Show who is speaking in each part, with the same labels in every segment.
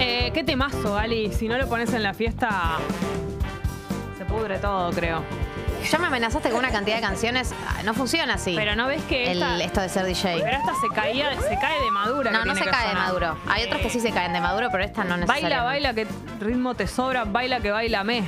Speaker 1: eh, temazo, Ali. Si no lo pones en la fiesta, se pudre todo, creo.
Speaker 2: Ya me amenazaste con una cantidad de canciones. Ah, No funciona así.
Speaker 1: Pero no ves que
Speaker 2: el-
Speaker 1: esta,
Speaker 2: esto de ser DJ.
Speaker 1: pero esta se, caía, se cae de madura.
Speaker 2: No,
Speaker 1: que
Speaker 2: no
Speaker 1: tiene
Speaker 2: se
Speaker 1: que
Speaker 2: cae de
Speaker 1: sonar. Eh,
Speaker 2: maduro. Hay otras que sí se caen de maduro, pero esta no necesariamente.
Speaker 1: Baila, baila, que ritmo te sobra, baila que baila me.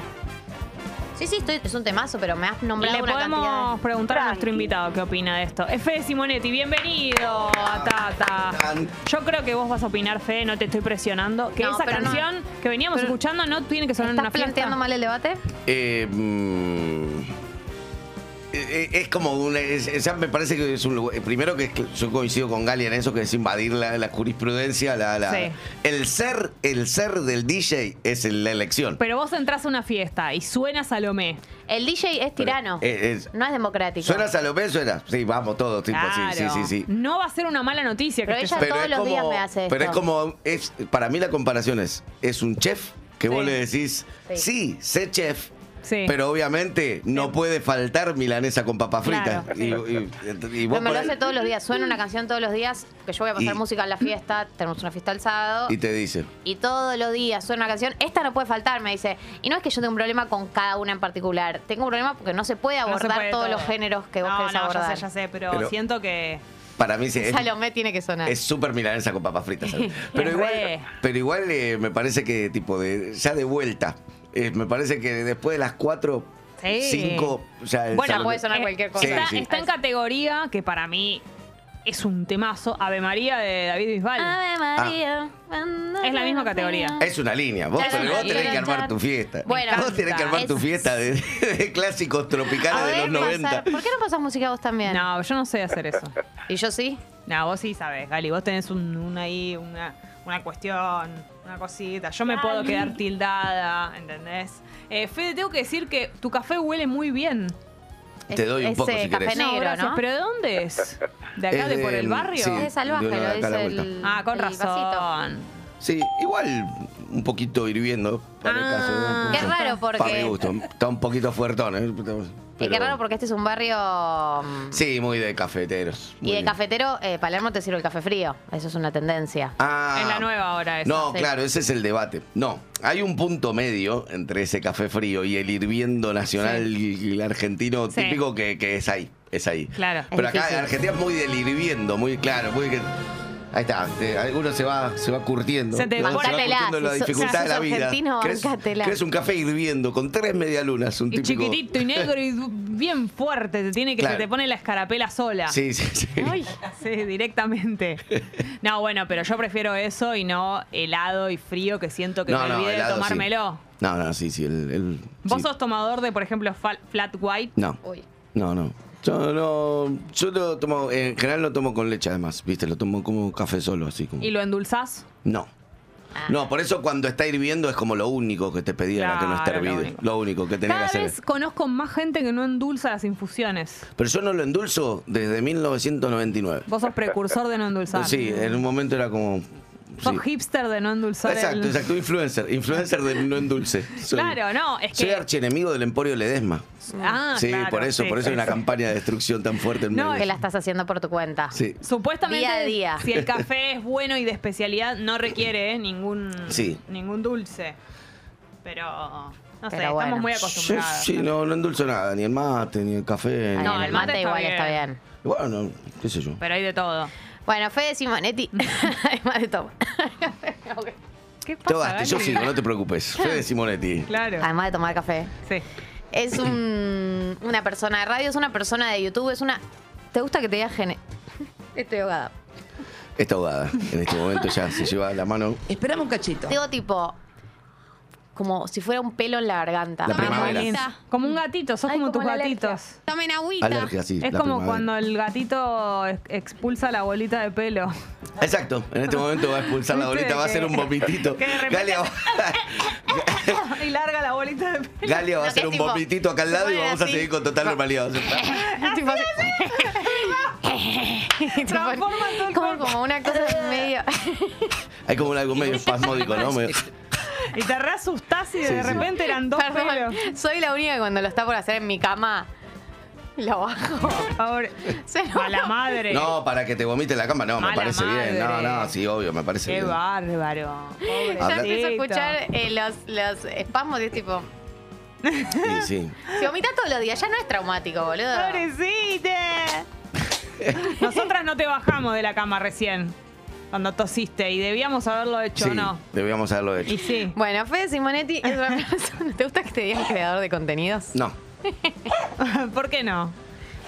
Speaker 2: Sí, sí, estoy, es un temazo, pero me has nombrado
Speaker 1: Le
Speaker 2: una cantidad
Speaker 1: podemos
Speaker 2: de...
Speaker 1: preguntar a nuestro invitado qué opina de esto. Es Fede Simonetti, bienvenido a Tata.
Speaker 3: Tan.
Speaker 1: Yo creo que vos vas a opinar, Fede, no te estoy presionando. Que
Speaker 2: No,
Speaker 1: esa
Speaker 2: pero no.
Speaker 1: canción que veníamos
Speaker 2: Pero-
Speaker 1: escuchando no tiene que sonar en
Speaker 2: ¿Estás
Speaker 1: una fiesta.
Speaker 2: planteando mal el debate?
Speaker 3: Eh, mm, eh, es como una. es- es- me parece que es un lugar. eh, Primero que yo coincido con Galia en eso, que es invadir la, la jurisprudencia. La, la-
Speaker 1: Sí.
Speaker 3: El ser, el ser del DJ es el- la elección.
Speaker 1: Pero vos entras a una fiesta y suena Salomé.
Speaker 2: El DJ es tirano.
Speaker 3: eh, es-
Speaker 2: no es democrático.
Speaker 3: ¿Suena Salomé? Suena. Sí, vamos todos, tipo, sí, sí,
Speaker 1: Claro.
Speaker 3: sí, sí.
Speaker 1: No va a ser una mala noticia que
Speaker 2: Pero
Speaker 1: estés
Speaker 2: ella-
Speaker 1: ahí.
Speaker 2: Todos los días me hace
Speaker 3: pero es
Speaker 2: esto.
Speaker 3: como es para mí la comparación es es un chef que vos
Speaker 1: Sí.
Speaker 3: le decís
Speaker 2: Sí.
Speaker 3: sí, sé chef
Speaker 1: Sí.
Speaker 3: pero obviamente no puede faltar milanesa con papas
Speaker 1: Claro.
Speaker 3: fritas y, y- y vos
Speaker 2: Pero me lo
Speaker 3: por ahí-
Speaker 2: hace todos los días. Suena una canción todos los días, que yo voy a pasar
Speaker 3: Y-
Speaker 2: música en la fiesta, tenemos una fiesta el sábado.
Speaker 3: y te dice
Speaker 2: y todos los días suena una canción, esta no puede faltar, me dice. Y no es que yo tenga un problema con cada una en particular, tengo un problema porque no se puede
Speaker 1: No se
Speaker 2: abordar
Speaker 1: puede
Speaker 2: todos
Speaker 1: todo.
Speaker 2: los géneros que vos
Speaker 1: no,
Speaker 2: querés
Speaker 1: no,
Speaker 2: abordar.
Speaker 1: ya sé, ya sé, pero,
Speaker 3: Pero-
Speaker 1: siento que...
Speaker 3: para mí sí, es,
Speaker 2: Salomé tiene que sonar.
Speaker 3: es súper milanesa con papas fritas ¿sabes? pero
Speaker 1: Es
Speaker 3: igual
Speaker 1: re.
Speaker 3: pero igual eh, me parece que tipo de ya de vuelta eh, me parece que después de las cuatro
Speaker 1: Sí.
Speaker 3: cinco ya
Speaker 2: Bueno,
Speaker 3: el
Speaker 2: pues
Speaker 3: Salomé-
Speaker 2: puede sonar
Speaker 1: Eh,
Speaker 2: cualquier cosa.
Speaker 1: Está,
Speaker 3: Sí, sí.
Speaker 1: está en categoría que para mí es un temazo. Ave María de David Bisbal.
Speaker 2: Ave María. cuando
Speaker 1: Es la misma categoría.
Speaker 3: Ah. Es una línea. Vos,
Speaker 2: Claro,
Speaker 3: vos
Speaker 2: claro,
Speaker 3: tenés que
Speaker 2: claro.
Speaker 3: armar tu fiesta.
Speaker 2: Bueno,
Speaker 3: vos tenés que armar
Speaker 2: es-
Speaker 3: tu fiesta de, de clásicos
Speaker 2: A
Speaker 3: tropicales de
Speaker 2: ver,
Speaker 3: los
Speaker 2: pasar-
Speaker 3: 90.
Speaker 2: ¿Por qué no pasas música vos también?
Speaker 1: No, yo no sé hacer eso.
Speaker 2: Y yo sí.
Speaker 1: No, vos sí sabés, Gali. Vos tenés un, un ahí, una, una cuestión, una cosita. Yo me puedo quedar tildada, ¿entendés? Eh, Fede, tengo que decir que tu café huele muy bien.
Speaker 3: Te doy un
Speaker 2: Es-
Speaker 3: poco,
Speaker 2: es,
Speaker 3: si
Speaker 2: eh, café
Speaker 3: querés.
Speaker 1: No,
Speaker 2: negro,
Speaker 1: gracias,
Speaker 2: ¿no?
Speaker 1: ¿Pero de dónde es? ¿De acá,
Speaker 3: Es
Speaker 1: de por
Speaker 3: de-
Speaker 1: el barrio?
Speaker 3: sí.
Speaker 2: Es de salvaje,
Speaker 3: de una
Speaker 2: lo
Speaker 3: de acá a la
Speaker 2: dice el.
Speaker 1: Ah, con
Speaker 2: el vasito.
Speaker 1: razón.
Speaker 3: Sí, igual un poquito hirviendo para el caso.
Speaker 1: Ah.
Speaker 3: ¿no?
Speaker 2: Qué raro, porque-
Speaker 3: Para mi gusto. Está un poquito fuertón. ¿eh?
Speaker 2: Y qué
Speaker 3: Pero-
Speaker 2: raro porque este es un barrio. mm,
Speaker 3: Sí, muy de cafeteros.
Speaker 2: Y
Speaker 3: muy
Speaker 2: de cafetero, eh, Palermo te sirve el café frío. Eso es una tendencia.
Speaker 3: Ah.
Speaker 1: Es la nueva ahora esa,
Speaker 3: No,
Speaker 2: sí.
Speaker 3: claro, ese es el debate. No, hay un punto medio entre ese café frío y el hirviendo nacional y el argentino
Speaker 1: Sí.
Speaker 3: típico que, que es ahí, es ahí.
Speaker 1: Claro. Es
Speaker 3: Pero acá
Speaker 2: difícil.
Speaker 3: en Argentina es muy del hirviendo, muy claro, muy que- Ahí está, te- uno se va, se va curtiendo.
Speaker 1: Se te
Speaker 3: ¿no? va
Speaker 2: Bancátela,
Speaker 3: curtiendo la
Speaker 2: si sos-
Speaker 3: dificultad
Speaker 2: si
Speaker 3: de la
Speaker 2: sos
Speaker 3: vida.
Speaker 2: argentino,
Speaker 3: ¿Querés-
Speaker 2: bancátela.
Speaker 3: querés un café hirviendo con tres medialunas, un
Speaker 1: Y
Speaker 3: típico.
Speaker 1: chiquitito y negro y du- bien fuerte. Te tiene que
Speaker 3: Claro.
Speaker 1: se te pone la escarapela sola.
Speaker 3: Sí, sí, sí.
Speaker 1: Ay, sí, directamente. No, bueno, pero yo prefiero eso y no helado y frío que siento que me olvidé de
Speaker 3: helado, sí.
Speaker 1: tomármelo.
Speaker 3: No, no, sí, sí. El, el-
Speaker 1: ¿Vos
Speaker 3: sí.
Speaker 1: sos tomador de, por ejemplo, fal- flat white?
Speaker 3: No.
Speaker 2: Uy.
Speaker 3: No, no. Yo no, yo lo tomo, en general lo tomo con leche además, viste, lo tomo como café solo, así como.
Speaker 1: ¿Y lo Ah. endulzás?
Speaker 3: No. No, por eso cuando está hirviendo es como lo único que te pedían a que no esté
Speaker 1: Claro, lo
Speaker 3: hervido. Lo
Speaker 1: único.
Speaker 3: único, que tenía que
Speaker 1: Cada
Speaker 3: hacer.
Speaker 1: vez conozco más gente que no endulza las infusiones.
Speaker 3: Pero yo no lo endulzo desde 1999.
Speaker 1: Vos sos precursor de no endulzar.
Speaker 3: Sí, en un momento era como.
Speaker 1: Sos
Speaker 3: sí.
Speaker 1: hipster de no endulzar. el-
Speaker 3: Exacto, exacto, influencer, influencer del no endulce. Soy-
Speaker 1: Claro, no, es que-
Speaker 3: Soy archienemigo del Emporio Ledesma.
Speaker 1: Ah,
Speaker 3: sí,
Speaker 1: claro,
Speaker 3: por eso,
Speaker 1: sí,
Speaker 3: por eso
Speaker 1: sí,
Speaker 3: hay una
Speaker 1: sí.
Speaker 3: campaña de destrucción tan fuerte en
Speaker 1: No,
Speaker 3: medio.
Speaker 2: Que la estás haciendo por tu cuenta.
Speaker 3: Sí.
Speaker 1: Supuestamente,
Speaker 2: Día a día.
Speaker 1: si el café es bueno y de especialidad, no requiere eh, ningún,
Speaker 3: Sí.
Speaker 1: ningún dulce. Pero, no sé,
Speaker 2: Pero bueno.
Speaker 1: estamos muy
Speaker 3: Yo-
Speaker 1: acostumbrados.
Speaker 3: sí, no, no endulzo nada, ni el mate, ni el café.
Speaker 2: Ay,
Speaker 3: ni-
Speaker 1: No,
Speaker 2: el mate, igual está bien.
Speaker 3: Bueno, qué sé yo.
Speaker 1: Pero hay de todo.
Speaker 2: Bueno, Fede Simonetti. Además de tomar.
Speaker 1: ¿Qué
Speaker 3: Te
Speaker 1: pasa,
Speaker 3: basta, yo
Speaker 1: Gali?
Speaker 3: sigo, no te preocupes. Fede Simonetti.
Speaker 1: Claro.
Speaker 2: Además de tomar café.
Speaker 1: Sí.
Speaker 2: Es un- una persona de radio, es una persona de YouTube, es una. ¿Te gusta que te diga gene? Estoy ahogada.
Speaker 3: Está ahogada. En este momento ya se lleva la mano.
Speaker 4: Esperame un cachito.
Speaker 2: Digo tipo. Como si fuera un pelo en la garganta.
Speaker 3: La
Speaker 2: Una
Speaker 3: primavera.
Speaker 2: bolita.
Speaker 1: Como un gatito, sos
Speaker 2: Ay,
Speaker 1: como,
Speaker 2: como
Speaker 1: tus
Speaker 2: la alergia.
Speaker 1: gatitos.
Speaker 5: Tomen agüita.
Speaker 3: Alergia, sí.
Speaker 1: es
Speaker 3: la
Speaker 1: como
Speaker 3: primavera.
Speaker 1: cuando el gatito ex- expulsa la bolita de pelo.
Speaker 3: Exacto, en este momento va a expulsar la
Speaker 1: Viste
Speaker 3: bolita, va a
Speaker 1: que-
Speaker 3: hacer un vomitito.
Speaker 1: que de repente-
Speaker 3: Galia va,
Speaker 1: y larga la bolita de pelo.
Speaker 3: Galia va
Speaker 2: No,
Speaker 3: a
Speaker 2: que
Speaker 3: hacer
Speaker 2: es
Speaker 3: un
Speaker 2: tipo-
Speaker 3: vomitito acá al lado y
Speaker 2: Bueno,
Speaker 3: vamos a
Speaker 2: sí.
Speaker 3: seguir con total normalidad.
Speaker 2: Tipo- Tipo-
Speaker 1: Transforma todo el
Speaker 2: como,
Speaker 1: cuerpo.
Speaker 2: como una cosa medio.
Speaker 3: Hay como algo medio espasmódico, ¿no? Medio-
Speaker 1: Este- Y te reasustás y de
Speaker 3: Sí, sí.
Speaker 1: repente eran dos
Speaker 2: Perdón,
Speaker 1: pelos.
Speaker 2: soy la única que cuando lo está por hacer en mi cama. Lo bajo.
Speaker 1: Por favor.
Speaker 2: Se lo
Speaker 1: A la madre.
Speaker 3: No, para que te vomite la cama, no, me
Speaker 1: Mala
Speaker 3: parece bien. No,
Speaker 1: madre.
Speaker 3: no, sí, obvio, me parece
Speaker 1: Qué
Speaker 3: bien.
Speaker 1: bárbaro.
Speaker 2: Ya
Speaker 3: Habla-
Speaker 2: empiezo a
Speaker 1: Pobrecito.
Speaker 2: escuchar eh, los, los espasmos y es tipo.
Speaker 3: Sí, sí.
Speaker 2: Si vomitas todos los días, ya no es traumático, boludo.
Speaker 1: ¡Pobrecita! Nosotras no te bajamos de la cama recién. Cuando tosiste. Y debíamos haberlo hecho,
Speaker 3: sí,
Speaker 1: ¿no?
Speaker 3: Deberíamos haberlo
Speaker 1: Y
Speaker 3: hecho.
Speaker 1: sí.
Speaker 2: Bueno, Fede Simonetti es una persona. ¿Te gusta que te digan creador de contenidos?
Speaker 3: No.
Speaker 1: ¿Por qué no?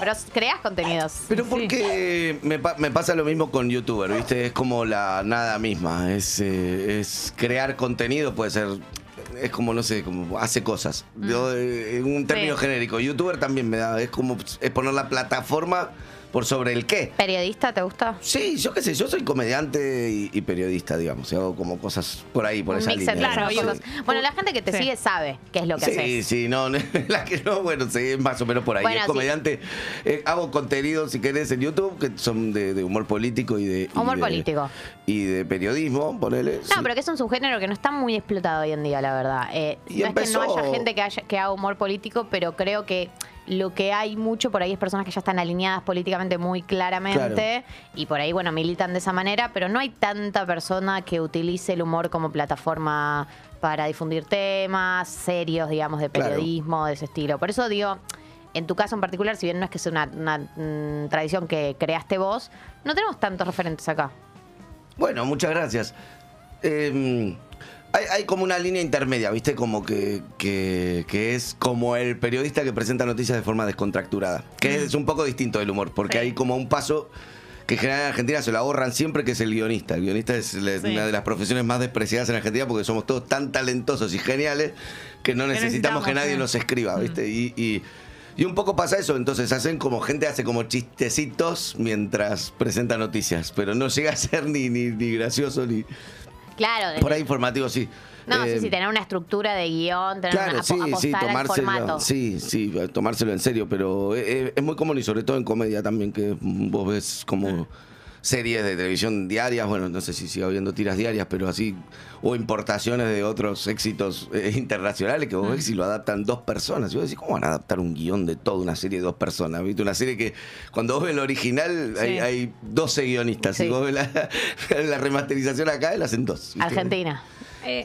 Speaker 2: Pero creas contenidos.
Speaker 3: Pero
Speaker 1: Sí.
Speaker 3: porque me, pa- me pasa lo mismo con youtuber, ¿viste? Es como la nada misma. Es, eh, es crear contenido, puede ser. Es como, no sé, como hace cosas.
Speaker 1: Mm.
Speaker 3: Yo, eh, en un término
Speaker 2: Sí.
Speaker 3: genérico. Youtuber también me da. Es como es poner la plataforma por sobre el qué.
Speaker 2: ¿Periodista te gusta?
Speaker 3: Sí, yo qué sé, yo soy comediante y, y periodista, digamos. y hago como cosas por ahí, por
Speaker 2: Un
Speaker 3: esa
Speaker 2: mix de
Speaker 3: línea.
Speaker 2: todas
Speaker 1: Claro,
Speaker 2: esas
Speaker 1: yo-
Speaker 2: cosas. Bueno, la gente que te
Speaker 1: Sí.
Speaker 2: sigue sabe qué es lo que
Speaker 3: sí,
Speaker 2: haces.
Speaker 3: sí, no, la que no, bueno, sí, más o menos por ahí.
Speaker 2: Bueno,
Speaker 3: es
Speaker 2: sí.
Speaker 3: comediante. eh, hago contenido, si querés, en YouTube, que son de, de humor político y de. y
Speaker 2: Humor
Speaker 3: de-
Speaker 2: político.
Speaker 3: Y de periodismo, ponele. sí.
Speaker 2: No, pero que es un subgénero que no está muy explotado hoy en día, la verdad. Eh,
Speaker 3: Y
Speaker 2: no es que no
Speaker 3: empezó-
Speaker 2: haya gente que, haya- que haga humor político, pero creo que lo que hay mucho por ahí es personas que ya están alineadas políticamente muy claramente y por ahí, bueno, militan de esa manera, pero no hay tanta persona que utilice el humor como plataforma para difundir temas serios, digamos, de
Speaker 3: Claro.
Speaker 2: periodismo, de ese estilo. Por eso digo... En tu caso en particular, si bien no es que sea una, una, mm, tradición que creaste vos, no tenemos tantos referentes acá.
Speaker 3: Bueno, muchas gracias. Eh, hay, hay como una línea intermedia, ¿viste? Como que, que, que es como el periodista que presenta noticias de forma descontracturada. Que es un poco distinto del humor, porque hay como un paso que en general en Argentina se lo ahorran siempre, que es el guionista. El guionista es la- una de las profesiones más despreciadas en Argentina porque somos todos tan talentosos y geniales que no necesitamos,
Speaker 1: necesitamos,
Speaker 3: que nadie
Speaker 1: sí.
Speaker 3: nos escriba,
Speaker 2: Mm.
Speaker 3: ¿viste? Y, y- y un poco pasa eso, entonces hacen como gente hace como chistecitos mientras presenta noticias, pero no llega a ser ni, ni, ni gracioso ni...
Speaker 2: Claro, de-
Speaker 3: Por ahí informativo, sí.
Speaker 2: No,
Speaker 3: Eh,
Speaker 2: sí, sí, tener una estructura de guión, tener
Speaker 3: Claro,
Speaker 2: una, apo-
Speaker 3: sí, sí,
Speaker 2: apostar al
Speaker 3: tomárselo,
Speaker 2: formato.
Speaker 3: sí, sí, tomárselo en serio, pero eh, es, es muy común y sobre todo en comedia también, que vos ves como
Speaker 2: Ah.
Speaker 3: series de televisión diarias, bueno, no sé si sigue habiendo tiras diarias, pero así, o importaciones de otros éxitos eh, internacionales que
Speaker 2: Ah.
Speaker 3: vos ves y lo adaptan dos personas. Y vos decís, ¿cómo van a adaptar un guión de toda una serie de dos personas? ¿Viste? Una serie que cuando vos ves el original hay,
Speaker 1: Sí.
Speaker 3: hay 12 guionistas
Speaker 2: Sí.
Speaker 3: y vos ves la, la remasterización acá y la hacen dos. ¿viste?
Speaker 2: Argentina.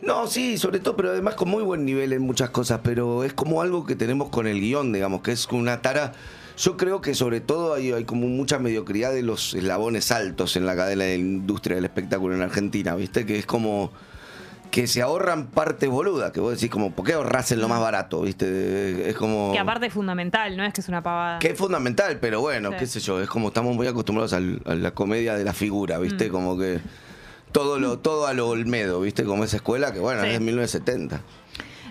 Speaker 3: No, sí, sobre todo, pero además con muy buen nivel en muchas cosas, pero es como algo que tenemos con el guión, digamos, que es una tara. Yo creo que sobre todo hay, hay como mucha mediocridad de los eslabones altos en la cadena de la industria del espectáculo en Argentina, ¿viste? Que es como que se ahorran parte boluda, que vos decís como, ¿por qué ahorras en lo más barato, viste? Es como...
Speaker 1: Que aparte es fundamental, no es que es una pavada.
Speaker 3: Que es fundamental, pero bueno,
Speaker 1: Sí.
Speaker 3: qué sé yo, es como estamos muy acostumbrados al- a la comedia de la figura, ¿viste?
Speaker 1: Mm.
Speaker 3: Como que todo lo todo a lo Olmedo, ¿viste? Como esa escuela que bueno,
Speaker 1: Sí.
Speaker 3: es 1970.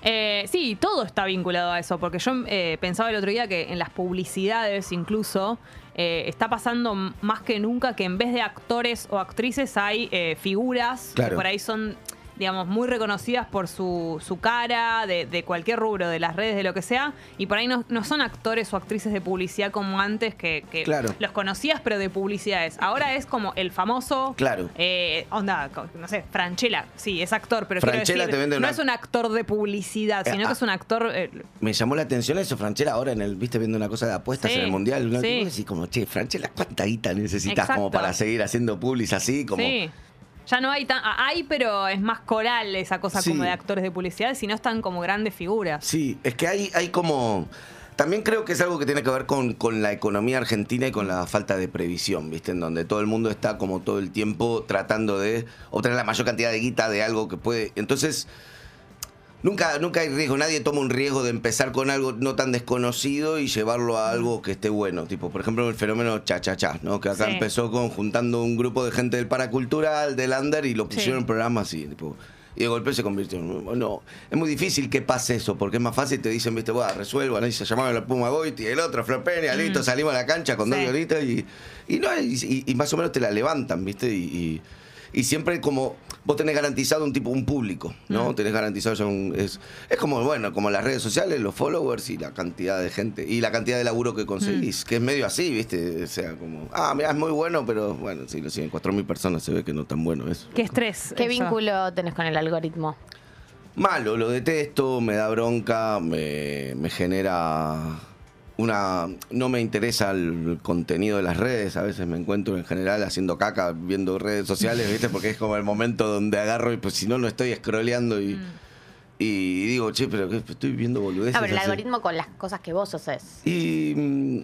Speaker 1: Eh, sí, todo está vinculado a eso, porque yo eh, pensaba el otro día que en las publicidades incluso eh, está pasando m- más que nunca que en vez de actores o actrices hay eh, figuras que
Speaker 3: Claro.
Speaker 1: por ahí son, digamos, muy reconocidas por su, su cara, de, de cualquier rubro, de las redes, de lo que sea, y por ahí no, no son actores o actrices de publicidad como antes, que, que
Speaker 3: Claro.
Speaker 1: los conocías pero de publicidades. Ahora es como el famoso...
Speaker 3: Claro.
Speaker 1: eh, onda, co- no sé, Franchella, sí, es actor, pero quiero
Speaker 3: Franchella
Speaker 1: decir,
Speaker 3: te vende
Speaker 1: no
Speaker 3: una-
Speaker 1: es un actor de publicidad, sino
Speaker 3: Eh,
Speaker 1: que
Speaker 3: ah.
Speaker 1: es un actor. eh,
Speaker 3: Me llamó la atención eso, Franchella, ahora en el, viste, viendo una cosa de apuestas
Speaker 1: Sí,
Speaker 3: en el mundial, ¿no?
Speaker 1: sí.
Speaker 3: Y vos decís como, che, Franchella, ¿cuánta guita necesitas como
Speaker 1: Exacto.
Speaker 3: para seguir haciendo publis así? Como,
Speaker 1: Sí. Ya no hay tan. ah, Hay, pero es más coral esa cosa
Speaker 3: Sí.
Speaker 1: como de actores de publicidad, sino están como grandes figuras.
Speaker 3: Sí, es que hay, hay como. También creo que es algo que tiene que ver con, con la economía argentina y con la falta de previsión, ¿viste? En donde todo el mundo está como todo el tiempo tratando de obtener la mayor cantidad de guita de algo que puede. Entonces, nunca, nunca hay riesgo. Nadie toma un riesgo de empezar con algo no tan desconocido y llevarlo a algo que esté bueno. Tipo, por ejemplo, el fenómeno cha-cha-cha, ¿no? Que acá
Speaker 1: Sí.
Speaker 3: empezó con juntando un grupo de gente del paracultural, del under, y lo
Speaker 1: Sí.
Speaker 3: pusieron en programas así, tipo. Y de golpe se convirtió en. No, es muy difícil que pase eso, porque es más fácil, te dicen, viste, bueno, resuelvan, ahí se llamaron la Puma Goiti, el otro, Flopenia, listo, salimos a la cancha con dos
Speaker 1: Mm. Sí.
Speaker 3: guionitas y, y, no, y, y más o menos te la levantan, viste, y, y- y siempre como. Vos tenés garantizado un tipo, un público, ¿no? Tenés garantizado ya un. Es, es como, bueno, como las redes sociales, los followers y la cantidad de gente, y la cantidad de laburo que conseguís, que es medio así, viste, o sea, como, ah, mira, es muy bueno, pero bueno, si lo siguen 4.000 personas, se ve que no tan bueno eso.
Speaker 1: Qué estrés.
Speaker 2: ¿Qué
Speaker 1: eso.
Speaker 2: vínculo tenés con el algoritmo?
Speaker 3: malo, lo detesto, me da bronca, me, me genera una no me interesa el contenido de las redes, a veces me encuentro en general haciendo caca, viendo redes sociales, ¿viste? Porque es como el momento donde agarro y pues si no no estoy scrolleando y, y digo, "Che, pero qué, estoy viendo boludeces."
Speaker 2: Ah, pero Mm. el
Speaker 3: así".
Speaker 2: algoritmo con las cosas que vos haces.
Speaker 3: Y mm,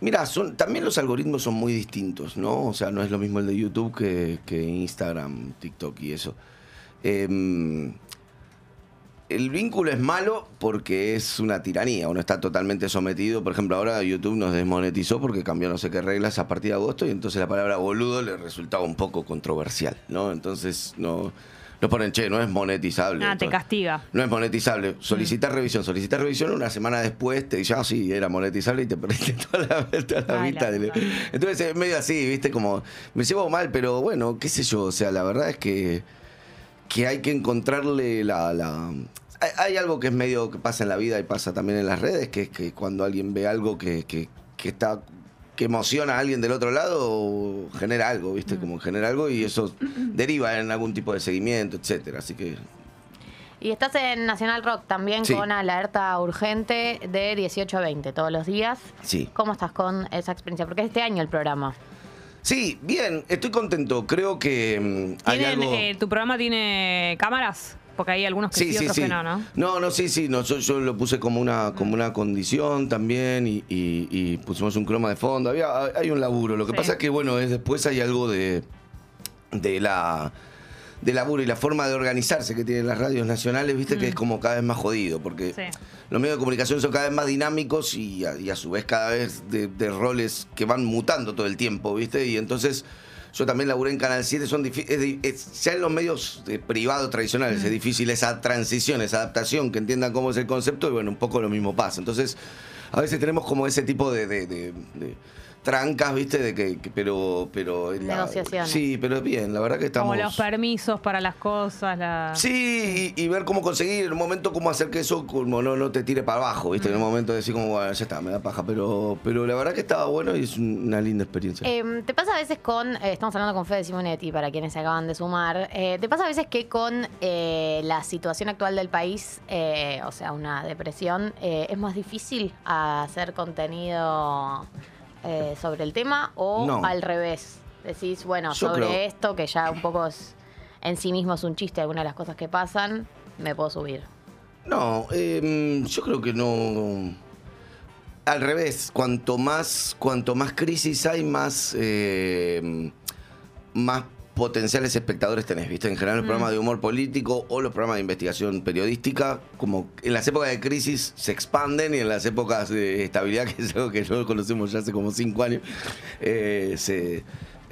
Speaker 3: mira, son, también los algoritmos son muy distintos, ¿no? O sea, no es lo mismo el de YouTube que, que Instagram, TikTok y eso. Em, el vínculo es malo porque es una tiranía, uno está totalmente sometido. Por ejemplo, ahora YouTube nos desmonetizó porque cambió no sé qué reglas a partir de agosto y entonces la palabra boludo le resultaba un poco controversial, ¿no? Entonces no, nos ponen, che, no es monetizable.
Speaker 1: Ah, te
Speaker 3: Entonces-
Speaker 1: castiga.
Speaker 3: no es monetizable.
Speaker 1: Mm.
Speaker 3: Solicitar revisión. Solicitar revisión una semana después te dice, ah, sí, era monetizable y te perdiste toda la, toda la
Speaker 1: Ay, la
Speaker 3: vista. del-
Speaker 1: puta.
Speaker 3: Entonces es medio así, viste, como me llevo mal, pero bueno, qué sé yo. O sea, la verdad es que, que hay que encontrarle la... la- Hay, hay algo que es medio que pasa en la vida y pasa también en las redes, que es que cuando alguien ve algo que, que- que está que emociona a alguien del otro lado genera algo, ¿viste?
Speaker 1: Mm.
Speaker 3: Como genera algo y eso deriva en algún tipo de seguimiento, etcétera. Así que
Speaker 2: Y estás en Nacional Rock también
Speaker 3: Sí.
Speaker 2: con alerta urgente de 18 a 20 todos los días.
Speaker 3: sí.
Speaker 2: ¿Cómo estás con esa experiencia? Porque es este año el programa.
Speaker 3: Sí, bien, estoy contento. Creo que mm, hay
Speaker 1: ¿Tienen,
Speaker 3: algo.
Speaker 1: eh, ¿Tu programa tiene cámaras? Porque hay algunos que sí,
Speaker 3: sí, sí,
Speaker 1: otros
Speaker 3: sí.
Speaker 1: que no, Ah. ¿no?
Speaker 3: no, no, sí, sí. No, yo, yo lo puse como una, como una condición también y, y- y pusimos un croma de fondo. Había, hay un laburo. Lo que
Speaker 1: Sí.
Speaker 3: pasa es que, bueno, es, después hay algo de, de la de laburo y la forma de organizarse que tienen las radios nacionales, viste que es como cada vez más jodido, porque
Speaker 1: Mm. Sí.
Speaker 3: los medios de comunicación son cada vez más dinámicos y a, y a su vez cada vez de, de roles que van mutando todo el tiempo, ¿viste? Y entonces yo también laburé en Canal 7, son difí- es di- es- ya en los medios eh, privados tradicionales
Speaker 1: Mm.
Speaker 3: es difícil esa transición, esa adaptación, que entiendan cómo es el concepto y bueno, un poco lo mismo pasa. Entonces a veces tenemos como ese tipo de... de- de- de trancas, viste, de que, que- pero, pero en la-
Speaker 2: Negociaciones.
Speaker 3: sí, pero bien, la verdad que estamos.
Speaker 1: Como los permisos para las cosas, la...
Speaker 3: Sí, y, y ver cómo conseguir, en un momento cómo hacer que eso como no, no te tire para abajo, ¿viste? En un momento decir como, bueno, ya está, me da paja, pero, pero la verdad que estaba bueno y es un- una linda experiencia.
Speaker 2: Eh, ¿Te pasa a veces con, eh, estamos hablando con Fede Simonetti, para quienes se acaban de sumar, eh, ¿te pasa a veces que con eh, la situación actual del país, eh, o sea, una depresión, eh, es más difícil hacer contenido eh, sobre el tema o
Speaker 3: No.
Speaker 2: al revés? Decís, bueno,
Speaker 3: Yo
Speaker 2: sobre
Speaker 3: creo-
Speaker 2: esto, que ya un poco es- en sí mismo es un chiste, algunas de las cosas que pasan, me puedo subir.
Speaker 3: No, eh, yo creo que no. Al revés, cuanto más, cuanto más crisis hay, más, eh, más potenciales espectadores tenés, ¿viste? En
Speaker 2: Mm.
Speaker 3: general los programas de humor político o los programas de investigación periodística, como en las épocas de crisis se expanden y en las épocas de estabilidad, que es algo que no conocemos ya hace como cinco años, eh, se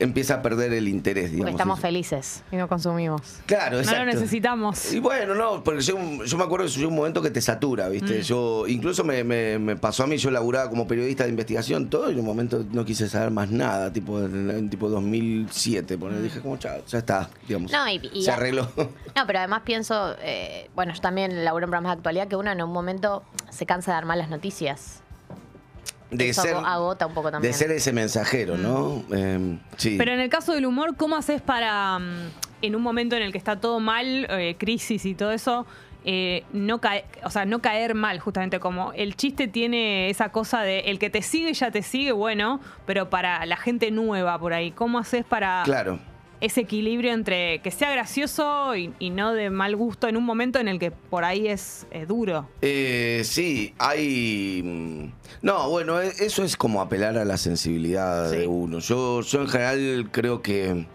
Speaker 3: empieza a perder el interés,
Speaker 2: Porque
Speaker 3: digamos.
Speaker 2: estamos
Speaker 3: Eso.
Speaker 2: felices y no consumimos.
Speaker 3: Claro,
Speaker 1: no lo
Speaker 3: exacto.
Speaker 1: necesitamos.
Speaker 3: Y bueno, no, porque yo, yo me acuerdo que llegó un momento que te satura,
Speaker 2: Mm.
Speaker 3: ¿viste? Yo, incluso me, me- me pasó a mí, yo laburaba como periodista de investigación, todo, y en un momento no quise saber más nada, tipo, en, en tipo 2007, poner, dije como, chao, ya está, digamos.
Speaker 2: Mm. No, y- y-
Speaker 3: se arregló.
Speaker 2: No, pero además pienso, eh, bueno, yo también laburo en programas de actualidad, que uno en un momento se cansa de dar malas noticias.
Speaker 3: De
Speaker 2: Eso
Speaker 3: ser,
Speaker 2: agota un poco también. Mm.
Speaker 3: de ser ese mensajero, ¿no? Eh, sí.
Speaker 1: Pero en el caso del humor, ¿cómo haces para, mm, en un momento en el que está todo mal, eh, crisis y todo eso, eh, no, cae, o sea, no caer mal, justamente como el chiste tiene esa cosa de el que te sigue ya te sigue, bueno, pero para la gente nueva por ahí, ¿cómo haces para
Speaker 3: Claro.
Speaker 1: ese equilibrio entre que sea gracioso y, y no de mal gusto en un momento en el que por ahí es, eh, duro?
Speaker 3: Eh, sí, hay. mm, No, bueno, e- eso es como apelar a la sensibilidad
Speaker 1: Sí.
Speaker 3: de uno. Yo, yo en general creo que.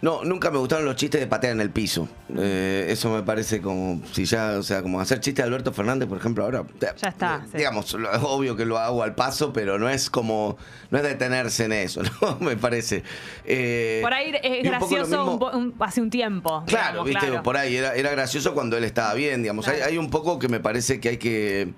Speaker 3: No, nunca me gustaron los chistes de patear en el piso. Eh, eso me parece como. Si ya, o sea, como hacer chistes de Alberto Fernández, por ejemplo, ahora. eh,
Speaker 1: Ya está, sí.
Speaker 3: Digamos, lo- obvio que lo hago al paso, pero no es como. No es detenerse en eso, ¿no? Me parece. Eh,
Speaker 1: Por ahí es
Speaker 3: y un poco lo
Speaker 1: gracioso un
Speaker 3: mismo-
Speaker 1: po- un- hace un tiempo.
Speaker 3: Claro,
Speaker 1: digamos,
Speaker 3: viste,
Speaker 1: claro.
Speaker 3: por ahí era, era gracioso cuando él estaba bien, digamos. Hay,
Speaker 1: Claro.
Speaker 3: hay un poco que me parece que hay que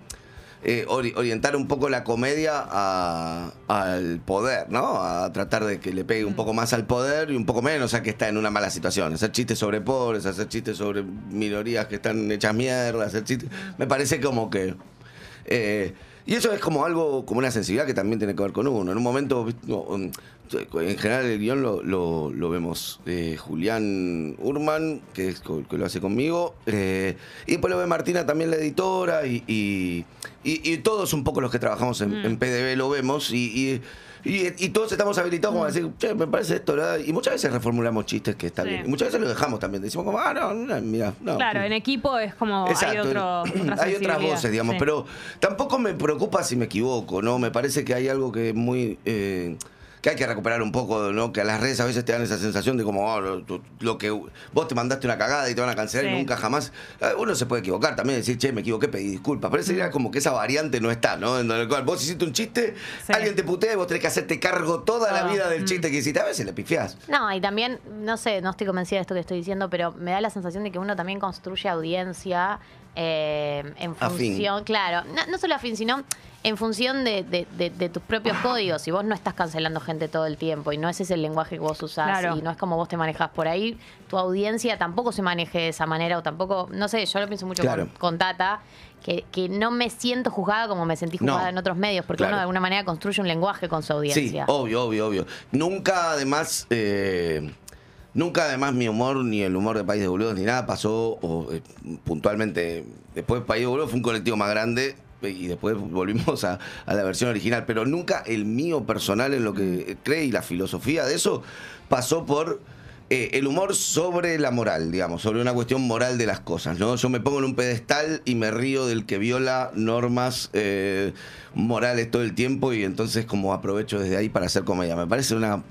Speaker 3: eh, ori- orientar un poco la comedia a- al poder, ¿no? A tratar de que le pegue
Speaker 1: Mm.
Speaker 3: un poco más al poder y un poco menos a que está en una mala situación. Hacer chistes sobre pobres, hacer chistes sobre minorías que están hechas mierda, hacer chistes. Me parece como que. eh, Y eso es como algo, como una sensibilidad que también tiene que ver con uno. En un momento, ¿viste? No, um, en general el guión lo, lo- lo vemos eh, Julián Urman, que, es co- que lo hace conmigo, eh, y después lo ve Martina también la editora, y, y- y- y todos un poco los que trabajamos en,
Speaker 1: Mm.
Speaker 3: en PDB lo vemos, y, y- y- y todos estamos habilitados como a decir, che, me parece esto, ¿verdad? y muchas veces reformulamos chistes que está
Speaker 1: Mm. Sí.
Speaker 3: bien, y muchas veces lo dejamos también, decimos como, ah, no, no, mira, no.
Speaker 1: Claro, en equipo es como hay
Speaker 3: Exacto.
Speaker 1: otro, otra
Speaker 3: Hay otras
Speaker 1: sensibilidad.
Speaker 3: voces, digamos,
Speaker 1: Sí.
Speaker 3: pero tampoco me preocupa si me equivoco, ¿no? Me parece que hay algo que es muy... eh, que hay que recuperar un poco, ¿no? Que las redes a veces te dan esa sensación de como, oh, lo, tú- lo que vos te mandaste una cagada y te van a cancelar
Speaker 1: Sí.
Speaker 3: y nunca jamás. Eh, Uno se puede equivocar también, decir, che, me equivoqué, pedí disculpas. Parece que era como que esa variante no está, ¿no? En el cual vos hiciste un chiste,
Speaker 1: Sí.
Speaker 3: alguien te putea y vos tenés que hacerte cargo toda la
Speaker 1: Todo.
Speaker 3: vida del chiste que hiciste. A veces le pifiás.
Speaker 2: No, y también, no sé, no estoy convencida de esto que estoy diciendo, pero me da la sensación de que uno también construye audiencia eh, en
Speaker 3: Afín.
Speaker 2: función, claro, no, no solo afín, sino en función de, de- de- de tus
Speaker 3: Ah.
Speaker 2: propios códigos. Si vos no estás cancelando gente todo el tiempo y no ese es el lenguaje que vos usás
Speaker 1: Claro.
Speaker 2: y no es como vos te manejás por ahí, tu audiencia tampoco se maneje de esa manera o tampoco, no sé, yo lo pienso mucho
Speaker 3: Claro.
Speaker 2: con, con Tata. Que, que no me siento juzgada como me sentí
Speaker 3: No.
Speaker 2: juzgada en otros medios, porque
Speaker 3: Claro.
Speaker 2: uno de alguna manera construye un lenguaje con su
Speaker 3: Sí,
Speaker 2: audiencia.
Speaker 3: obvio, obvio, obvio. Nunca además, eh, nunca además mi humor, ni el humor de País de Boludos, ni nada pasó o, eh, puntualmente. Después País de Boludos fue un colectivo más grande eh, y después volvimos a, a la versión original, pero nunca el mío personal en lo que eh, cree y la filosofía de eso pasó por eh, el humor sobre la moral, digamos, sobre una cuestión moral de las cosas, ¿no? Yo me pongo en un pedestal y me río del que viola normas eh, morales todo el tiempo y entonces como aprovecho desde ahí para hacer comedia. Me parece una...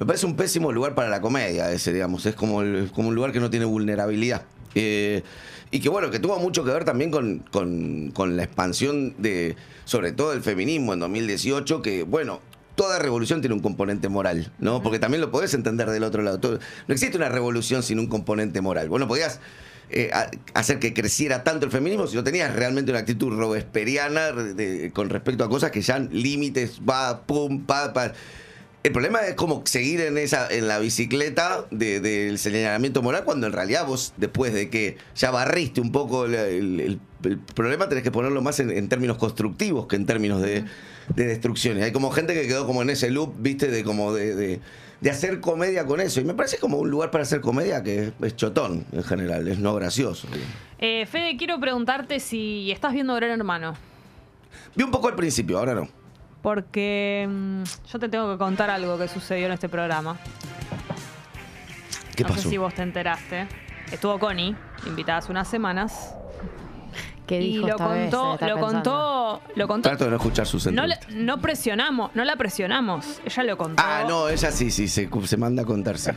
Speaker 3: Me parece un pésimo lugar para la comedia ese, digamos. Es como, el- como un lugar que no tiene vulnerabilidad. Eh, y que bueno, que tuvo mucho que ver también con, con- con la expansión de, sobre todo del feminismo en 2018, que bueno, toda revolución tiene un componente moral, ¿no? Porque también lo podés entender del otro lado. Todo- No existe una revolución sin un componente moral. Vos no podías eh, a- hacer que creciera tanto el feminismo si no tenías realmente una actitud robesperiana de- de- con respecto a cosas que ya límites, va, pum, pa, pa. El problema es como seguir en esa en la bicicleta de- del señalamiento moral cuando en realidad vos después de que ya barriste un poco el, el- el- el problema tenés que ponerlo más en, en términos constructivos que en términos de, de destrucciones. Hay como gente que quedó como en ese loop, viste, de como de, de- de hacer comedia con eso. Y me parece como un lugar para hacer comedia que es, es chotón en general, es no gracioso.
Speaker 1: Eh, Fede, quiero preguntarte si estás viendo Gran Hermano.
Speaker 3: Vi un poco al principio, ahora no.
Speaker 1: Porque mm, yo te tengo que contar algo que sucedió en este programa.
Speaker 3: ¿Qué
Speaker 1: no
Speaker 3: pasó?
Speaker 1: sé si vos te enteraste. Estuvo Connie, invitada hace unas semanas.
Speaker 2: ¿Qué
Speaker 1: y
Speaker 2: dijo
Speaker 1: lo
Speaker 2: esta vez? Debe
Speaker 1: contó,
Speaker 2: estar
Speaker 1: lo
Speaker 2: pensando.
Speaker 1: contó, lo contó.
Speaker 3: Trato de no escuchar sus
Speaker 1: No, la-
Speaker 3: entrevistas.
Speaker 1: no presionamos, no la presionamos. Ella lo contó.
Speaker 3: Ah, no, ella sí, sí, se, se manda a contarse.